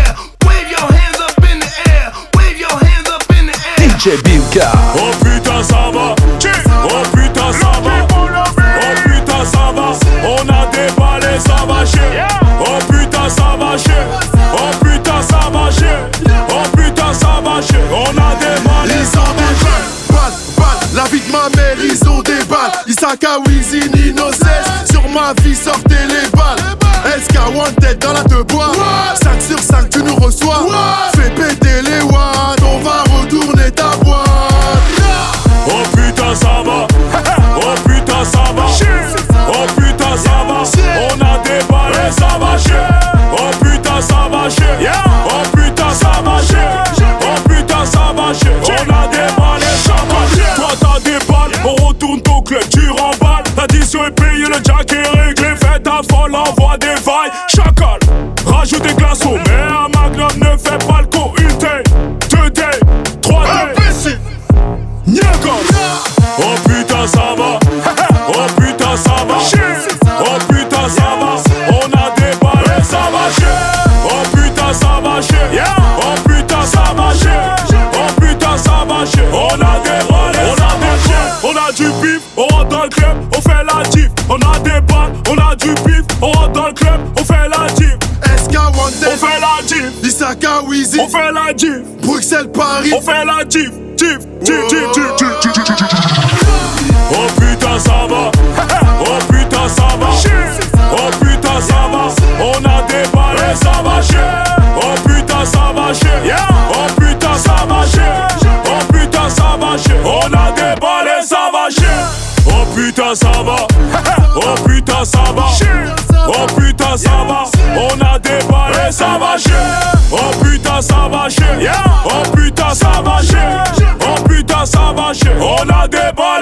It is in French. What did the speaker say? Oh Oh allez, ça va chier. Oh putain, ça va chier. Oh putain, ça va chier. Oh putain, ça va chier. On a des malins, Ils ont des balles, balles, balles. La vie de ma mère, ils ont des balles. Isaka, Wizin, Innocence. Sur ma vie, sortez les balles. SK One, tête dans la te bois. 5 sur 5, tu nous reçois. Fais péter les watts. On va retourner ta boîte. Oh putain, ça va. Oh putain, ça va. Oh putain, ça va. On a des balais, ça va chier. Oh putain, ça va chier. Oh putain, ça va chier. Oh putain, ça va chier. On a des balais, ça va chier. Toi, t'as des balles, on retourne ton club, tu remballes. L'addition est payée, le jack est réglé. Fais ta folle, envoie des vailles. Chacal, rajoute des glaçons. Mais un magnum ne fait pas le con. Une taille, deux tailles, trois tailles. Niakos. Oh putain ça va Oh putain ça va Oh putain ça va On a des balais ça va chier Oh putain ça va chier Oh putain ça va chier Oh putain ça va chier On a des balais ça va chier On a du bif, on rentre dans le club, on fait la diff On a des balles, on a du bif, on rentre dans le club, on fait la diff SK One, On fait la diff, Isaka, Wizin. on fait la diff Bruxelles, Paris. On fait la diff, diff, diff, diff, diff, diff, diff, diff, diff, diff. Oh putain ça va Oh putain ça va Oh putain ça va On a des balais ça va chier Oh putain ça va chier Oh putain ça va chier Oh putain ça va chier On a des balais ça va chier Oh putain ça va Oh putain ça va Oh putain ça va On a des balais ça va chier Oh putain ça va chier Oh putain ça va chier Oh putain ça va chier On a des balais